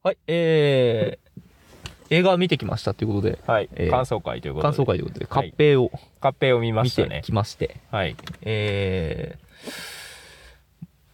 はい、えー、映画見てきましたということで、はい、えー感想会ということで感想会ということで、はい合併をカッペを見ま見したてねきまして、はいえ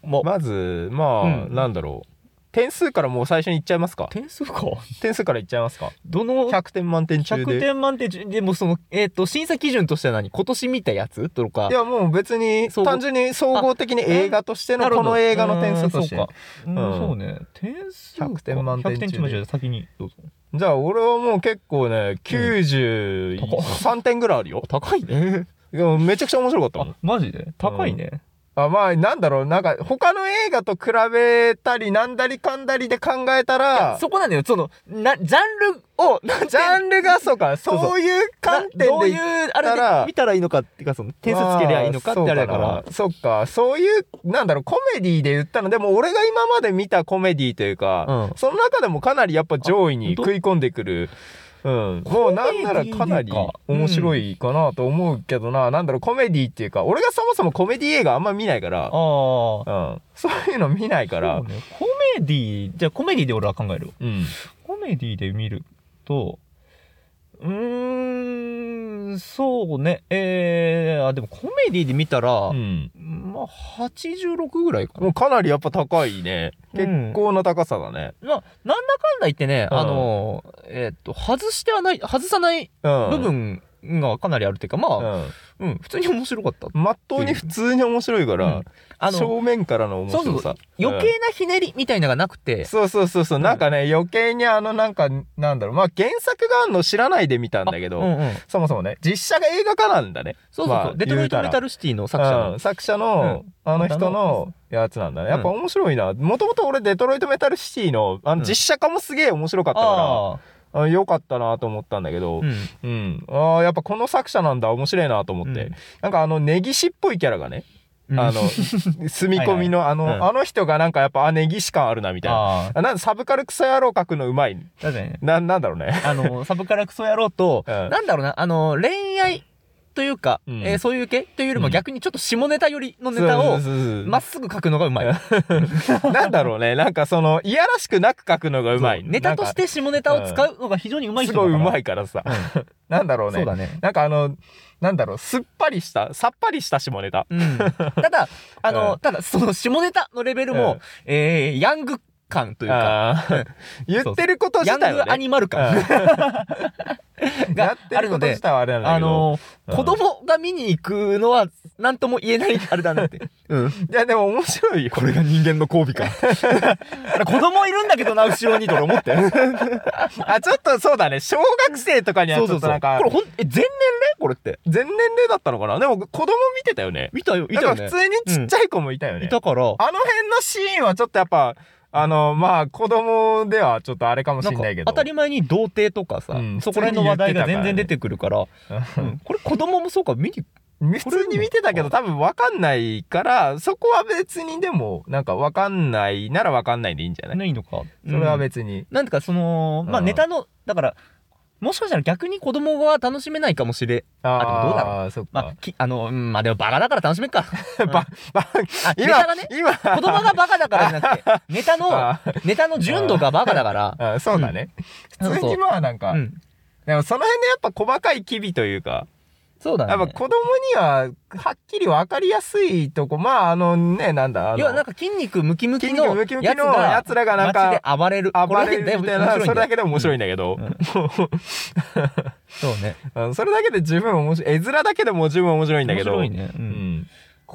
ー、ま、まずまあ、うんなんだろう点数からもう最初にいっちゃいますか点数か、点数からいっちゃいますかどの100点満点中100で点満点中、でもその、えっ、と、審査基準としては何今年見たやつとかい、やもう別に総合単純に総合的に映画としてなのるほこどの映画の点数としてうーんそうか、うんうんそうね、点数か100点満点100中で点中までじゃあ先にどうぞ。じゃあ俺はもう結構ね93点ぐらいあるよ高いね。でもめちゃくちゃ面白かったもん あ、マジで高いね。あまあなんだろうなんか他の映画と比べたりなんだりかんだりで考えたいやらそこなんだよ、その、な、ジャンルを、なんジャンルがそうかそうそうそういう観点でどうい言うあったれらで見たらいいのかっていうかその点数つけりゃいいのかってあれだからまあそうかなそっかそういうなんだろうコメディで言ったのでも俺が今まで見たコメディというか、うんその中でもかなりやっぱ上位あにど食い込んでくる。うん、もうなんならかなコメディりか面白いかなと思うけどな、なんだろうコメディっていうか俺がそもそもコメディ映画あんま見ないかああら、うん、そういうの見ないからそうねコメディじゃあコメディで俺は考えるわうん、コメディで見るとうーんそうねえー、あでもコメディで見たら、うん、まあ86ぐらいかもな、うかなりやっぱ高いねうん結構な高さだね、まあ、なんだかんだ言ってね、うんあのえーっと外してはない外さないうん、部分がかなりあるっていうかまうあ、んうん普通に面白かった、まっとうに普通に面白いから、うんあの正面からの面白さそうそう余計なひねりみたいなのがなくて、そうそうそうそううんなんかね余計にあのなんかなんだろうまあ原作があるの知らないで見たんだけど、あうんうんそもそもね実写が映画化なんだねそうそうそう、まあデトロイト・言うたらメタル・シティの作者の、うん作者の、あの人のやつなんだねやっぱ面白いなもともと俺デトロイト・メタル・シティのあうのん実写化もすげえ面白かったかあら、あよかったなと思ったんだけど、あうんうん、あーやっぱこの作者なんだ面白いなと思って、うんなんかあの根岸っぽいキャラがね、うんあの住み込みのあの、うんあの人がなんかやっぱあ根岸感あるなみたいなあああなんだサブカルクソ野郎描くのうまいだってねななんだろうねあ のサブカラクソ野郎と、うんなんだろうなあの恋愛というか、うんえーそういう系というよりもうん逆にちょっと下ネタ寄りのネタをそうそう そうそうまっすぐ書くのがうまい、なんだろうねなんかそのいやらしくなく描くのがうまいそうネタとして下ネタを使うのが非常にうまなんいかす人ごいうまい、いからさ、うんなんだろうねそうだねなんかあのなんだろうすっぱりしたさっぱりした下ネタ うん、ただあの、うんただその下ネタのレベルも、うんえーヤング感というかあー言ってることヤ自ン体は、ね、グアニマル感、うんがやってること自体はあれなんだあけどのうん子供が見に行くのは何とも言えないあれだなって、うん、いやでも面白いよこれが人間の交尾か 子供いるんだけどな後ろにと俺思って あちょっとそうだね小学生とかにはちそうそうょっとそなうんかこれほんえ全年齢これって全年齢だったのかなでも子供見てたよね見たよいなたんかよ普ね通にちっちゃい子もいたよね、いたからあの辺のシーンはちょっとやっぱあのまあ子供ではちょっとあれかもしなれんかないけど当たり前に童貞とかさ、うんそこら辺の話題が全然出普通てくるからうんこれ子供もそうか見にうん普通に見てたけど多分分かんないからそこは別にでもなんか分かんないなら分かんないでいいんじゃないないのかそれはうん別に、なんてかそのまあうんネタのだからもしかしたら逆に子供は楽しめないかもしれあでもどうだあそっか、まあきあのうんまあでもバカだから楽しめっ かうんばばあネタが今ね今子供がバカだからじゃなくてネタのあネタの純度がバカだからあ そうだね、うん普通にまあなんか、うんでもその辺でやっぱ細かい機微というか、そうだねやっぱ子供にははっきり分かりやすいとこ、まああのね、なんだ、あ要はなんかの、筋肉ムキムキ筋のや肉ムつキムキのがやつらがなん街でか、暴れる暴れるみたいな、それだけでも面白いいんだけど、うんそうねうんそれだけで十分面白い、絵面だけでも十分面白いんだ面けど、白いねううんん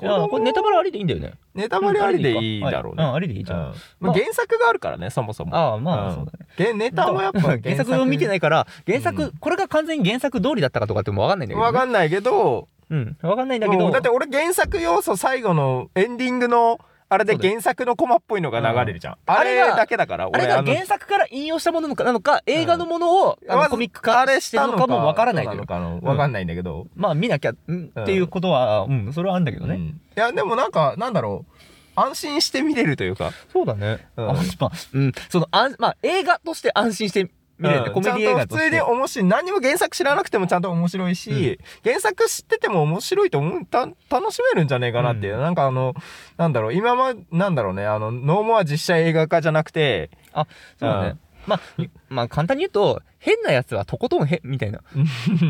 いやこれネタバレありでいいんだよねネタバレありでいいだろうね。んありでいいじゃんうんまあ原作があるからね、そもそも。ああまあそうだねね。ネタもやっぱ。原作を見てないいから原う作んこれが完全に原作通りだったかとかっても分かんないんだけどわねかんないけど、うん分かんないんだけもどうだって俺原作要素最後のエンディングのあれでそうだよ原作のコマっぽいのが流れるじゃん、あれあれがだけだからあ俺れが原作から引用したものなのかなのか映画のものをあまのずコミック化してるのかも分からないとといのうかの分かんないんだけど、まあ見なきゃんっていうことはうんそれはあるんだけどうんねいやでもなんかなんだろう安心して見れるというかそうだねうあんまあうんそのあんまあ映画として安心して見れるねうんコメディ映画としちゃんと普通にて面白い何も原作知らなくてもちゃんと面白いし、原作知ってても面白いと思うた楽しめるんじゃねえかなっていう、うんなんかあのなんだろう今まなんだろうねあのノーモア実写映画化じゃなくて あそうだねまあ、まあ簡単に言うと、変なやつはとことんへ、みたいな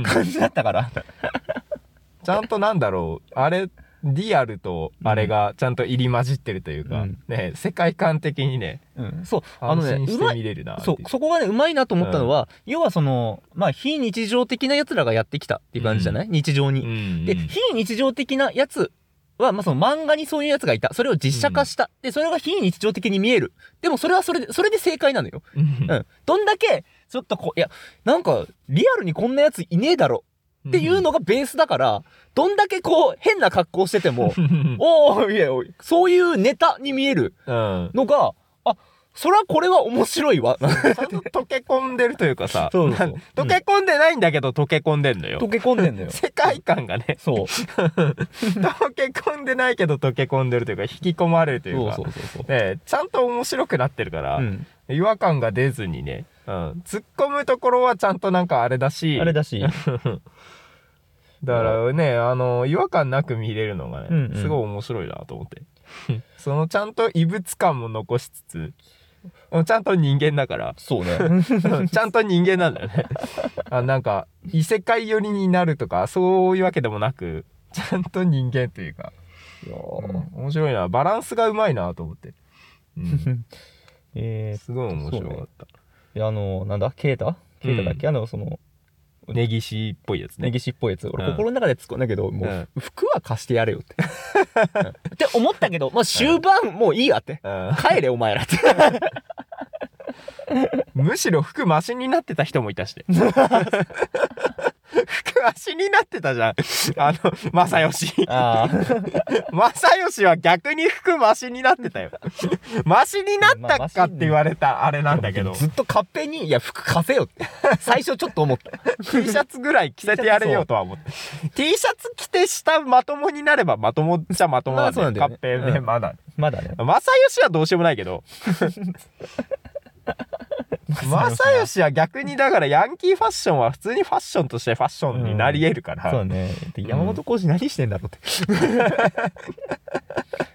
感じだったから。ちゃんとなんだろう、あれ、リアルとあれがちゃんと入り混じってるというか、うんね、世界観的にね、うん。そう、あの安ね心、うしてまい。見れるなっていそう、そこがね、うまいなと思ったのは、要はその、まあ、非日常的な奴らがやってきたっていう感じじゃない、日常に。うんうんで、非日常的なやつは、まあ、その漫画にそういうやつがいた。それを実写化した。で、それが非日常的に見える。でも、それはそれで、それで正解なのよ。うんうん。どんだけ、ちょっとこう、いや、なんか、リアルにこんなやついねえだろっていうのがベースだから、どんだけこう、変な格好してても、うんおおいや、おいそういうネタに見えるうんのが、あ、そらこれは面白いわ。ちゃんと溶け込んでるというかさ そうそうなん溶け込んでないんだけど溶け込んでんのよ、溶け込んでんのよ。世界観がね そう。溶け込んでないけど溶け込んでるというか引き込まれるというかそうそうそうそう。ね、ちゃんと面白くなってるから、うん、違和感が出ずにね、うん、突っ込むところはちゃんとなんかあれだしあれだし、だからね、あの違和感なく見れるのがね、うんうんすごい面白いなと思って そのちゃんと異物感も残しつつうんちゃんと人間だから そうね。 うんちゃんと人間なんだよねあなんか異世界寄りになるとかそういうわけでもなくちゃんと人間というか、いやうーん面白いなバランスがうまいなと思って、 うん、 えすごい面白かった、ー、あの、なんだ、ケータケータだっけ、あの、その、そうねネギシっぽいやつねネギシっぽいやつ。俺、うん心の中で突っ込んだけど、もう、うん服は貸してやれよって。うん って思ったけど、まあ、終盤、もういいやって。うん帰れ、お前らって。むしろ服マシになってた人もいたし ね服マシになってたじゃんあの正 義ああ。 正義は逆に服マシになって たよマシになったかって言われたあれなんだけどずっとカッペに、いや、服貸せよって。最初ちょっと思った。 T シャツぐらい着せてやれよとは思って T シャツ着て下まともになればまともじゃまともなんだまあそうなよんだカよッねペンでうんまだまだね。正義はどうしようもない けど正義は逆にだからヤンキーファッションは普通にファッションとしてファッションになり得るから、そうね。でん山本浩二何してんだろうって。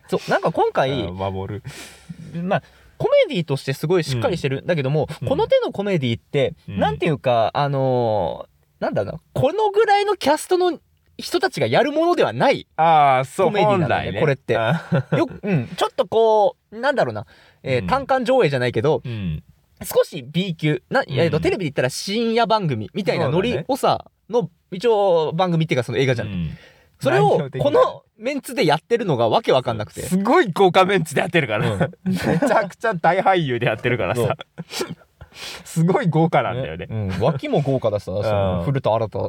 そう、なんか今う回ん、守るまあ、コメディとしてすごいしっかりしてるんだけども、うんこの手のコメディって、うんなんていうか、あのーなんだろうな、このぐらいのキャストの人たちがやるものではない。ああそうコメディな本んだね来ねこれってあー よく、うん、ちょっとこう、なんだろうな、えーうん単館上映じゃないけど、うん少し B 級、な、えーと、うんテレビで言ったら深夜番組みたいなノそうだリねをさ、の、一応番組っていうかその映画じゃん。うんそれ内を容的にこのメンツでやってるのがわけわかんなくて。すごい豪華メンツでやってるから、うんめちゃくちゃ大俳優でやってるからそうさすごい豪華なんだよねうん、脇も豪華だしさ、その古田新太。う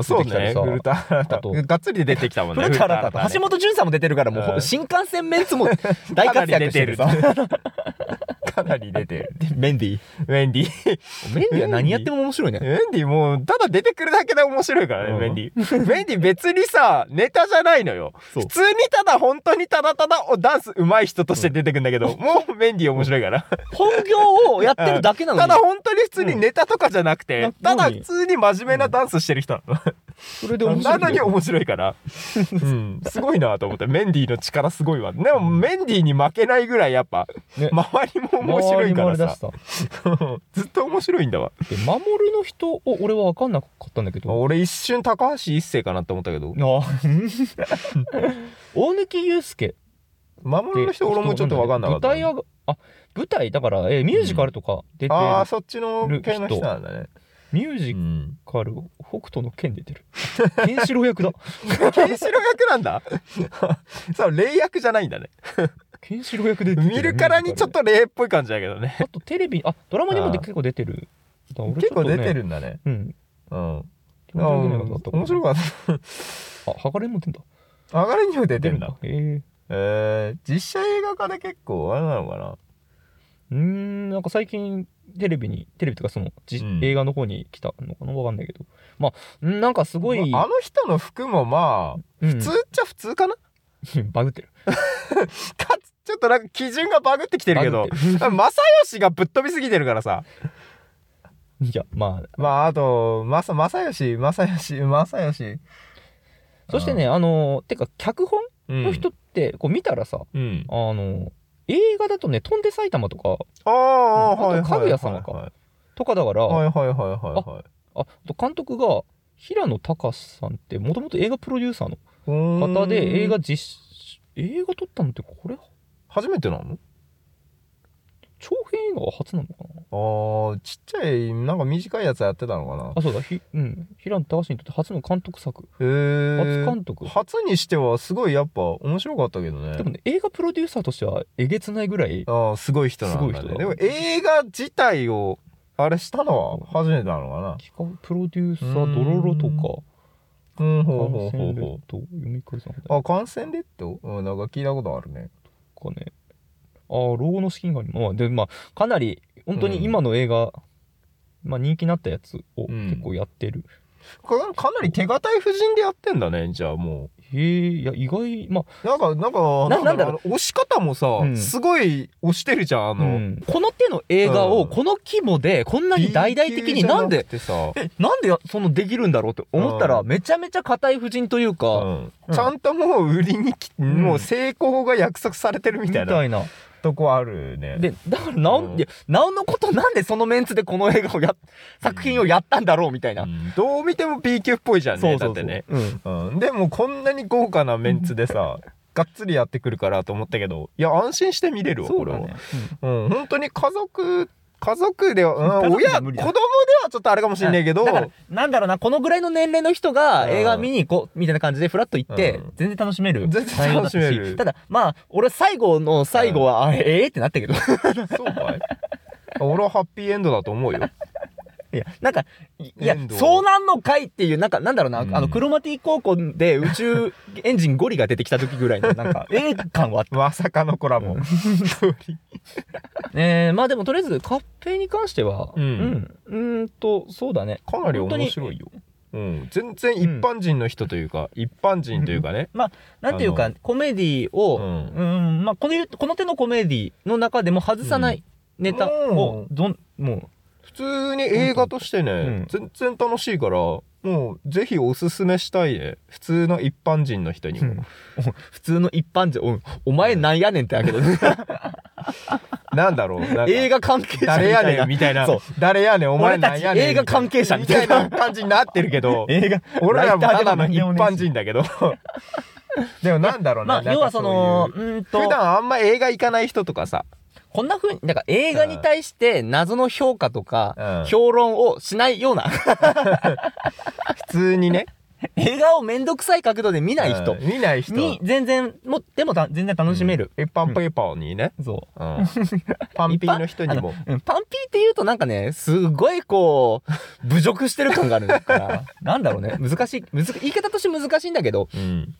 んそう出てねきたりさ古田新あ太とがっつり出てきたもんね古田新太古と田橋新本淳さんも出てるから、もううほん新幹線メンツも大活躍してるさ。か 太ねかなり出てるメンディー。ウェンディメンディーは何やっても面白いウね。ェンディもうただ出てくるだけで面白いからね、うんウェンディウェンディ別にさネタじゃないのよそう普通にただ本当にただただおダンス上手い人として出てくるんだけど、もうウェンディ面白いから 本業をやってるだけなのたにだ。本当に普通にネタとかじゃなくて、うんただ何普通に真面目なダンスしてる人なの、それで面白なんだいのによ。面白いから、うん、すごいなと思ってメンディーの力すごいわでもメンディーに負けないぐらいやっぱ、ね周りも面白いか周りもらあれださしさ。ずっと面白いんだわで、守るの人を俺は分かんなかったんだけど。俺一瞬高橋一生かなって思ったけどあ 大貫勇介魔で物の人俺もちょっと分かんなかった舞台はあ舞台だから、えーミュージカルとか出てる、ああそっちの系の人なんだね、ミュージうん、カル北斗の剣出てるケンシロウ 役だケンシロウ役なん だそう霊役じゃないんだねケンシロウ役で出てる見るからにちょっと霊っぽい感じだけどね あとテレビあドラマにもであー結構出てるだから俺ち結ょっ構とね出てるんだねうんうん気持ち悪くなかった面白かっあ剥がれも出てんだた流れにも出てるんだへええー、実写映画化で結構あれなのかなうーんなんか最近テレビにテレビとかその、じうん映画の方に来たのかなわかんないけどまあうんなんかすごい、まああの人の服もまあ普普通っちゃ普通かな、 バグってるかつちょっとなんか基準がバグってきてるけどバグってる正義がぶっ飛びすぎてるからさいやまあまああとまさ正義正義正義そしてね、あのーてか脚本うんの人ってこう見たらさ、うんあのー映画だとね「飛んで埼玉」とかあああとはいはいかぐや様かはいとかだから、はいはいはいはいはいあと監督が平野隆さんってもともと映画プロデューサーのうーん方で映画実映画撮ったのってこれ初めてなの長編映画は初なのかなああちっちゃいなんか短いやつやってたのかなあそうだひ、うん、平野隆にとって初の監督作へえ初監督初にしてはすごいやっぱ面白かったけどねでもね映画プロデューサーとしてはえげつないぐらいああすごい人なんだ,、ね、すごい人だでも映画自体をあれしたのは初めてなのかな企画プロデューサードロロとかうんほうほ感染うほうほ列島読み返さんうあ感染列島うんなんか聞いたことあるねかねああ老後の資金がありまあでまあかなり本当に今の映画、まあ人気になったやつをうん結構やってる、かかなり手堅い布陣でやってんだねじゃあもへえいや意外まあうなんかなんかななんだろう押し方もさ、うんすごい押してるじゃんあの、うんこの手の映画うをんこの規模でこんなに大々的になんで B 級じゃなくてえなんでそのできるんだろうって思ったら、うんめちゃめちゃ堅い布陣というさ、か、うんちゃんともう売りにき、んもう成功が約束されてるみみたいたないなとこあるねでだからなお、うんいやなおのことなんでそのメンツでこの映画をやっ作品をやったんだろうみたいな、うんどう見ても B 級っぽいじゃんねだってねうんうん、でもこんなに豪華なメンツ でさがっつりやってくるからと思ったけどいや安心して見れるわそうこれだは、ね、うん、本当に家族家族では、家うん、族じ親ゃ子無理供でだはちょっとあれかもしんないけどだからなんだろうなこのぐらいの年齢の人がうん映画見に行こうみたいな感じでフラッと行って、うん全然楽しめる全然楽しめる内容だったしただまあ俺最後の最後は、あええー、ってなったけどそうかい俺はハッピーエンドだと思うよいやなんかいいや遠藤そうなんのかいっていうなんかなんだろうな、うんあのクロマティ高校で宇宙エンジンゴリが出てきた時ぐらい のなんかええ感はあったまさかのコラボ、うんえー、まあでもとりあえずカッペに関してはうん、うん、うーんとそうだねかなり面白いよ、うん、全然一般人の人というか、一般人というかね、なんていうあかコメディうを、んうんまあ、このこの手のコメディの中でも外さないネタをどん、も普通に映画としてね、うん全然楽しいからもうぜひおすすめしたいね普通の一般人の人にう、も、 普通の一般人おお前なんやねんって だけど、なんだろうなんか 映画関係者みたいな誰やねんみたいなそう誰やねんお前俺なたんちやねん映画関係者みみたたいいなな感じになってるけど映画俺らもライタたーだでもの何でもね一えし般人だけどでもなんだろうまな,、あ要はそのうーんと普段あんま映画行かない人とかさ、こんなふうになんか映画に対して謎の評価とか、うん普評論をしないような 通にね映画をめんどくさい角度で見ない人うん見ない人に全然もでもた全然楽しめる、うん一般ペーパーにね、そううん、パンピーの人にもうんパンピーって言うとなんかね、すごいこう、侮辱してる感がある から、なんだろうね、難しい、むず言い方として難しいんだけど、うん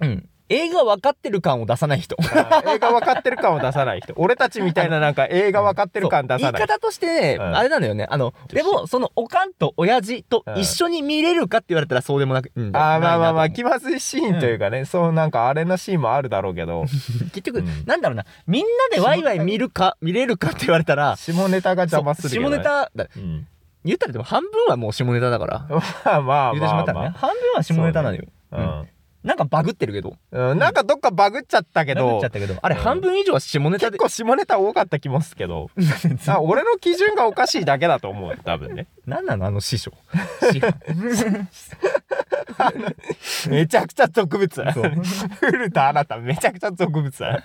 うん。映画分かってる感を出さない人。あー映画分かってる感を出さない人俺たちみたいななんか映画分かってる感出そさうな言いい方としてね、うんあれなのよね。あの、でも、その、おかんと親父と一緒に見れるかって言われたらそうでもなく、うんあーまあまあまあないなと気まずいシーンというかね、そうなんかあれのシーンもあるだろうけど思う結局、うんなんだろうな、みんなでワイワイ見るか、見れるかって言われたら、 下ネタが邪魔するけそどうね下ネタだ、うん言ったらでも半分はもう下ネタだから。まあまあまあ言ってしまったらね、半分は下ネタなのよ。まあなんかバグってるけど。うんうんなんかどっかバグっちゃったけなくなっどちゃったけどあれうん半分以上は下ネタ結で構下ネタ多かった気もするけどあ俺の基準がおかしいだけだと思う多分ね何なのあの 師匠師範めちゃくちゃ俗物そう古田あなためちゃくちゃ俗物だ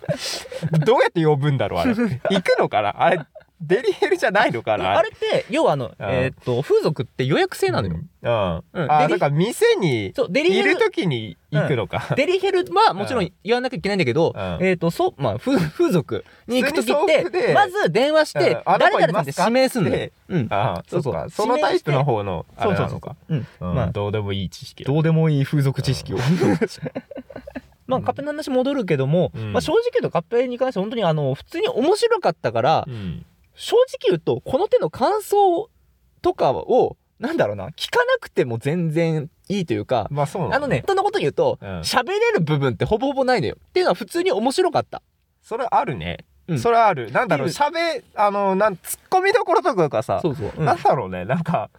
どうやって呼ぶんだろうあれ行くのかなあれデリヘルじゃないのかなあれって要はあの、えーっと風俗って予約制なのよ、うん、あうんあデリだから店にそうデリいヘルる時に行くのか、デリヘルはもちろうんん言わなきゃいけないんだけど、うんえーっとそうまあ風風俗に行く時っ普通に送付てでまず電話して、うんあ誰なた々いさんまってすか指名すんのよっ、うん、ああそそううそうかそのタイプの方のあそうれそなうそのうか、うんうんまあどうでもいい知識だどうでもいい風俗知識を、 まあカッペの話戻るけども、うんまあ、正直言うとカッペに関しては本当にあの普通に面白かったから、うん正直言うとこの手の感想とかをなんだろうな聞かなくても全然いいというかまあそうなのあのね人のこと言うとうん喋、れる部分ってほぼほぼないのよっていうのは普通に面白かったそれあるね、うんそれあるなんだろうって喋あのなんツッコミどころとかがさそうそう、うんなんだろうねなんか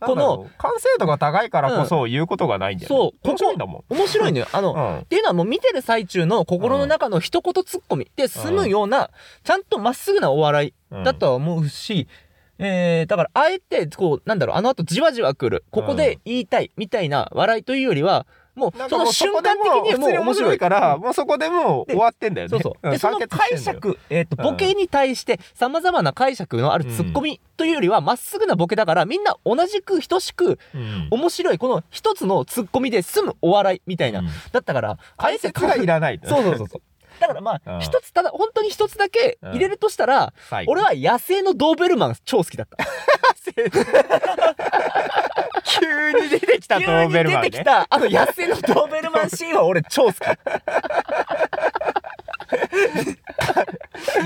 この、完成度が高いからこそ言うことがないんだよ、ねそうここ面白いんだもん。面白いのよ。あの、うんっていうのはもう見てる最中の心の中の一言ツッコミで済むような、ちゃんとまっすぐなお笑ういんだとは思うし、えー、だからあえてこうなんだろうあの後じわじわ来るここで言いたいみたいな笑いというよりはもなうんかそものう瞬こで間的に普も通にう面白いから、もうそこでもう終わってんだよね。そうそう。で、んその解。釈、えっ、と、うんボケに対して、様々な解釈のあるツッコミというよりは、まっすぐなボケだから、みんな同じく等しく、完結してんだようん面白い、この一つのツッコミで済むお笑いみたいな。うんだったから、解説がいらないんだよね。そうそうそうそう。だからまうあ、ん一つ、ただ、本当に一つだけ入れるとしたら、最後俺は野生のドーベルマン超好きだった。 急に出てきたドーベルマン急に出てきね。た、あの野生のドーベルマンシーンは俺超好き。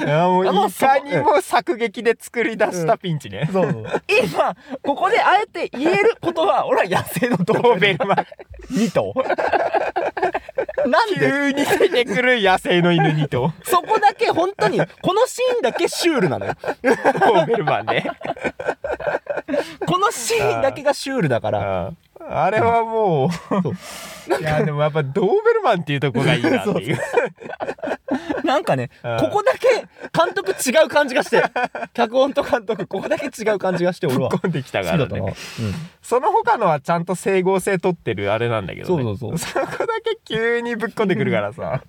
あもうあもういそかにも作劇で作り出したピンチね。 そう。今、ここであえて言えることは、俺は野生のドドーーベベル ルマン。マン2頭。 なんで急に出てくる野生の犬2頭。そこだけ本当にこのシーンだけシュールなのよドーベルマンね。このシーンだけがシュールだからああれはもう。いや、でもやっぱドーベルマンっていうとこがいいなっていう。なんかねうんここだけ監督違う感じがして脚本と監督ここだけ違う感じがして俺ぶっは好込んできたきかだらったな、ね。その他のはちゃんと整合性取ってるあれなんだけどね。そうそうそこだけ急にぶっこんでくるからさ。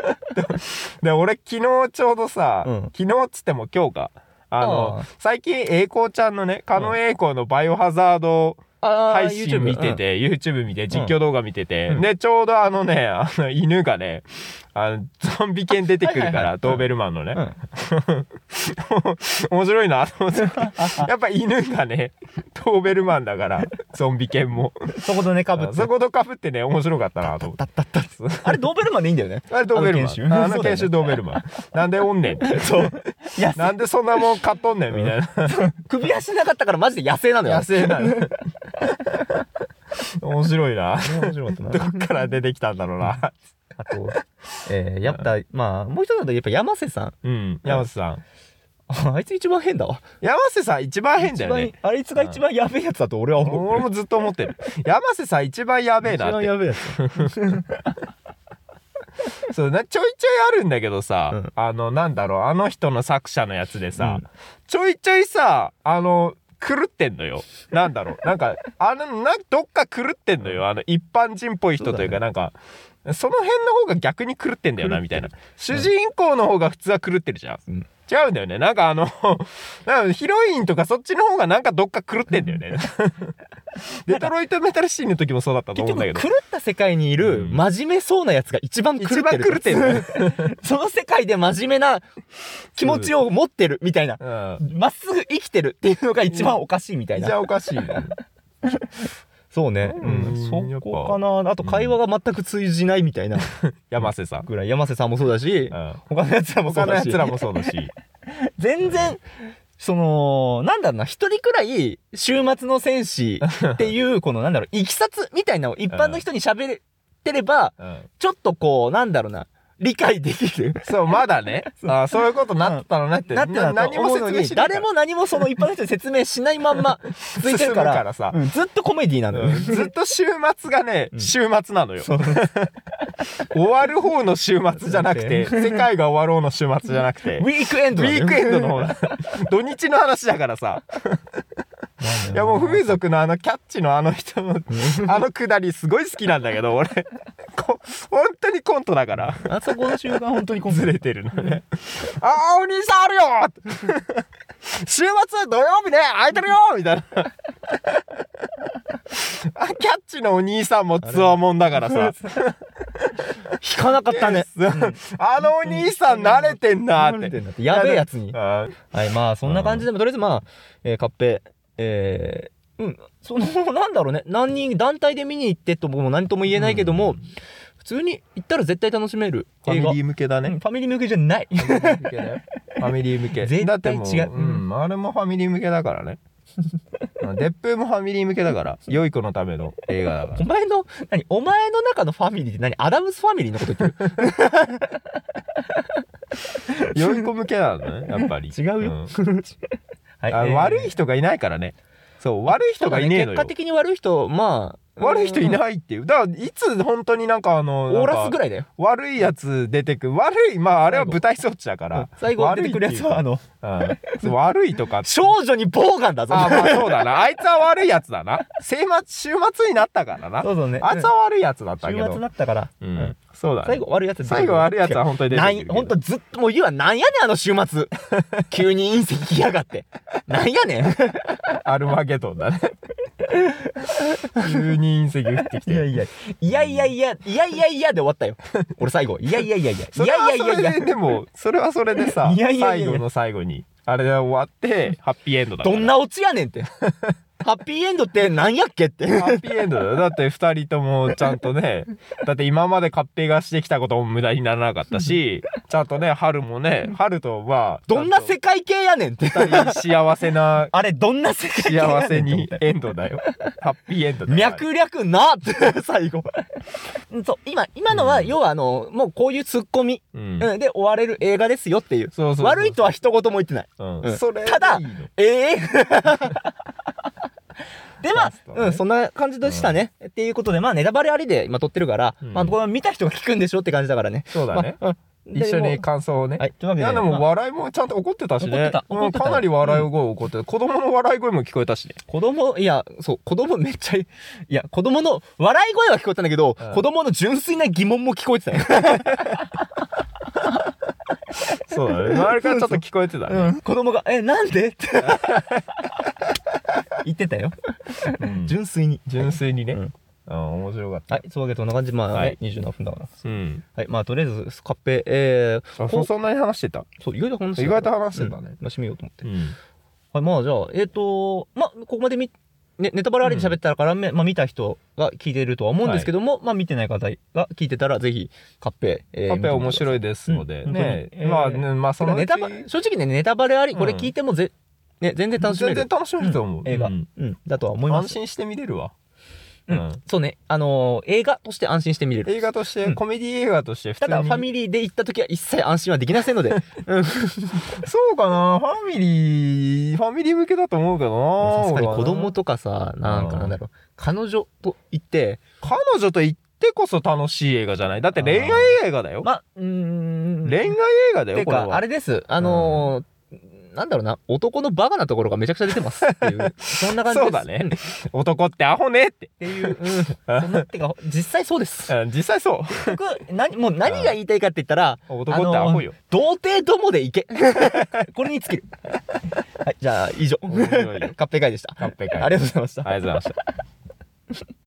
で俺昨日ちょうどさ、うん昨日っつっても今日か。あのああ最近栄光ちゃんのね狩野栄光の「バイオハザード」あ配信見て、て YouTube 見て実況動画見てて、うんでちょうどあのね あの犬がねあのゾンビ犬出てくるはいかはいはらいドーベルマンのね、うん 面白いなと 思ってやっぱ犬がねドーベルマンだからゾンビ犬もそこでねかぶっあてそことかぶってね面白かったなと思ってあれドーベルマンでいいんだよねあれドーベルマンああの研修のそうだよね研修ドーベル マンなんでおんねんってそう野生なんでそんなもん買っとんねんみたいな首足なかったからマジで野生なのよ野生なの 面白いな面白かったなどっから出てきたんだろうなあと、えー、やっぱ、まあもう一つだとやっぱ山瀬さん うん山瀬さんあいつ一番変だわ山瀬さん一番変だよね一番あいつが一番やべえやつだと俺は思う、俺もずっと思ってる山瀬さん一番やべえな一っ番てやべえやつそうなちょいちょいあるんだけどさ、うんあのなんだろうあの人の作者のやつでさ、うんちょいちょいさあの狂ってんのよなんだろ うなんかあのなどっか狂ってんのよあの一般人っぽい人というかそうだねなんかその辺の方が逆に狂ってんだよな狂みったているな主人公の方が普通は狂ってるじゃん、うん違うんだよねなんかあのなんかヒロインとかそっちの方がなんかどっか狂ってんだよね デトロイトメタルシーンの時もそうだったと結思うん局だけ狂どった世界にいるうん真面目そうなやつが一番狂って一る番狂ってん だよ、その世界で真面目な気持ちを持ってるみたいなうんまっすぐ生きてるっていうのが一番おかしいみたいじな、ゃあおかしい。そうね、うんそこかなあと会話が全く通じないみたいな 山瀬さん。ぐらい山瀬さんもそうだし、うん他のやつらもそ他うのだやしつらもそうだし。全然そのなんだろうな一人くらい「週末の戦士」っていうこのなんだろういきさつみたいなのを一般の人に喋れてればうんちょっとこうなんだろうな理解できるそう、まだね。あーそういうことなったのねって。なってた何と思もうの説明にしないか誰ら。も何もその一般の人に説明しないまんま続いてるから進むからさうんずっとコメディなのうよん。ずっと週末がね、うん週末なのよ。 終わる方の週末じゃなくて、世界が終わろうの週末じゃなくてウ。ィークエンウドなのィよークエンドの方だ土日の話だからさいやもう風俗のあのキャッチのあの人のあのくだりすごい好きなんだけど俺こ本当にコントだからあそこの瞬間本当にコメディずれてるのね。 ああ、お兄さんあるよ 週末土曜日ね、空いてるよみたいな。 あキャッチのお兄さんもつわもんだから さ。引かなか ったねあのお兄さん慣れてんな慣っれてんてなっ。てやべえやつに あ ー。はい、まあそんな感じで、とりあえずまあ、えー、カッペ、えー、うん、その、なんだろうね、何人、団体で見に行ってとも何とも言えないけども、普通に行ったら絶対楽しめるファ映画。ミうんリー向けだフね。ァミリー向けじゃない。フ ァミリー向け。絶対違うだってもう、うん、あれもファミリー向けだか らね。デップもファミリー向けだから。良い子のための映画だから お。前の、何、お前の中のファミリーって何アダムスファミリーのこと言ってる良い子向けなのね、やっぱり。違うよ。んはいあえー悪い人がいないからね。そう悪い人がいねえのそうよ、だ結果的に悪い人まあ悪い人いいないっていうだからいつ本当になんかあのオーラスぐらいらいだよ悪いやつ出てくる悪いまああれは舞台装置だから最後出てくるやつはあのの悪いと かって少女にボーガンだぞあー まあそうだなあいつは悪いやつだな週末週末になったからなそうそうねあいつは悪いやつだった週け末にどなったから、ううんんそうだね最後悪いやつ出てくる最後悪いやつは本当に出てくなるけいど本当ずっともう言うはなんやねんあの週 末急に隕石来やがってなんやねんアルマゲドン だね急に隕石降ってきていやいやいやいやいやいやいやで終わったよ俺最後いやいやいやいや そいれはやいそやいやれいやででもそれはそれでさいやいやいやいや最後の最後にあれで終わってハッピーエンドだからどんなオチやねんってハッピーエンドってなんやっけってハッピーエンドだよだって二人ともちゃんとねだって今までカッペがしてきたことも無駄にならなかったしちゃんとね春もね春とはどんな世界系やねんって二人幸せなあれどんな世界系やねん 幸せと思にってエンドだよハッピーエンドだよ脈略な って最後うんそう今今のはうん要はあのもうこういうツッコミうんうんで終われる映画ですよっていうそうそうそう悪いとは一言も言ってないうんうんそれでいいのただええ でまあ、ラストねうん、そんな感じでしたね。っていうことで、まあ、ネタバレありで今撮ってるから、うんまあ、これは見た人が聞くんでしょって感じだからね。そうだねまあうん一緒でにも感想をねはい、というわいけで。やでもまあ笑いもちゃんと怒ってたし怒ってねたうん怒ってたかなり笑い声怒ってた子供の笑い声も聞こえたしね子供、いや、そう、子供めっちゃ、いや、子供の笑い声は聞こえたんだけど、うん子供の純粋な疑問も聞こえてたよ。そうだね 周りからちょっと聞こえてたねうん子供が、え、なんで って。言ってたよ。うん純粋に。純粋にねううんん面白かったはい、そういうわけで、そんな感じで、まあ、ねはい27分だから。うんはい、まあ、とりあえず、カッペ、えー、あこそううそんなに話してたそう、意外と話して意外と話してたうねんまあ、締めようと思って。うんはい、まあじゃあ、えっ、と、まあ、ここまでみ、ね、ネタバレありで喋ったから、めまあ、見た人が聞いてるとは思うんですけども、まあ、見てない方が聞いてたら、ぜひ、カッペ、えーカフ見てみェ面てくださ白いですのでうんね本当にまあえーねまあそのうちネタバ正直ね、ネタバレあり、これ聞いてもぜ、ね、全然楽しめ全然る、楽しめると思う映画、ううんん、だとは思いま安す。心して見れるわううんん、そうね、あのー映画として安心して見れる。映画としうてんコメディ映画として普通ただ、にファミリーで行った時は一切安心はできませんの で、うん、さそうかなファミリーファミリー向けだと思うけどなすがに俺は子な供とかさ、なんかなんだろう、彼女と行って、彼女と行ってこそ楽しい映画じゃないだって恋愛映画だよまあ、うーん、恋愛映画だよてこれか、はあれです。あのーなんだろうな、男のバカなところがめちゃくちゃ出てますって いう、そんな感じです。そうだねんっ男ってアホねってていう、うん、そんな、てか、実際そうです。うん実際そう結局、何、もう何が言いたいかって言ったら、男ってアホよ童貞どもでいけ。 これに尽きる。はい、じゃあ、以上。 面白いよカッペ会でした。カッペ会ありがとうございました。ありがとうございました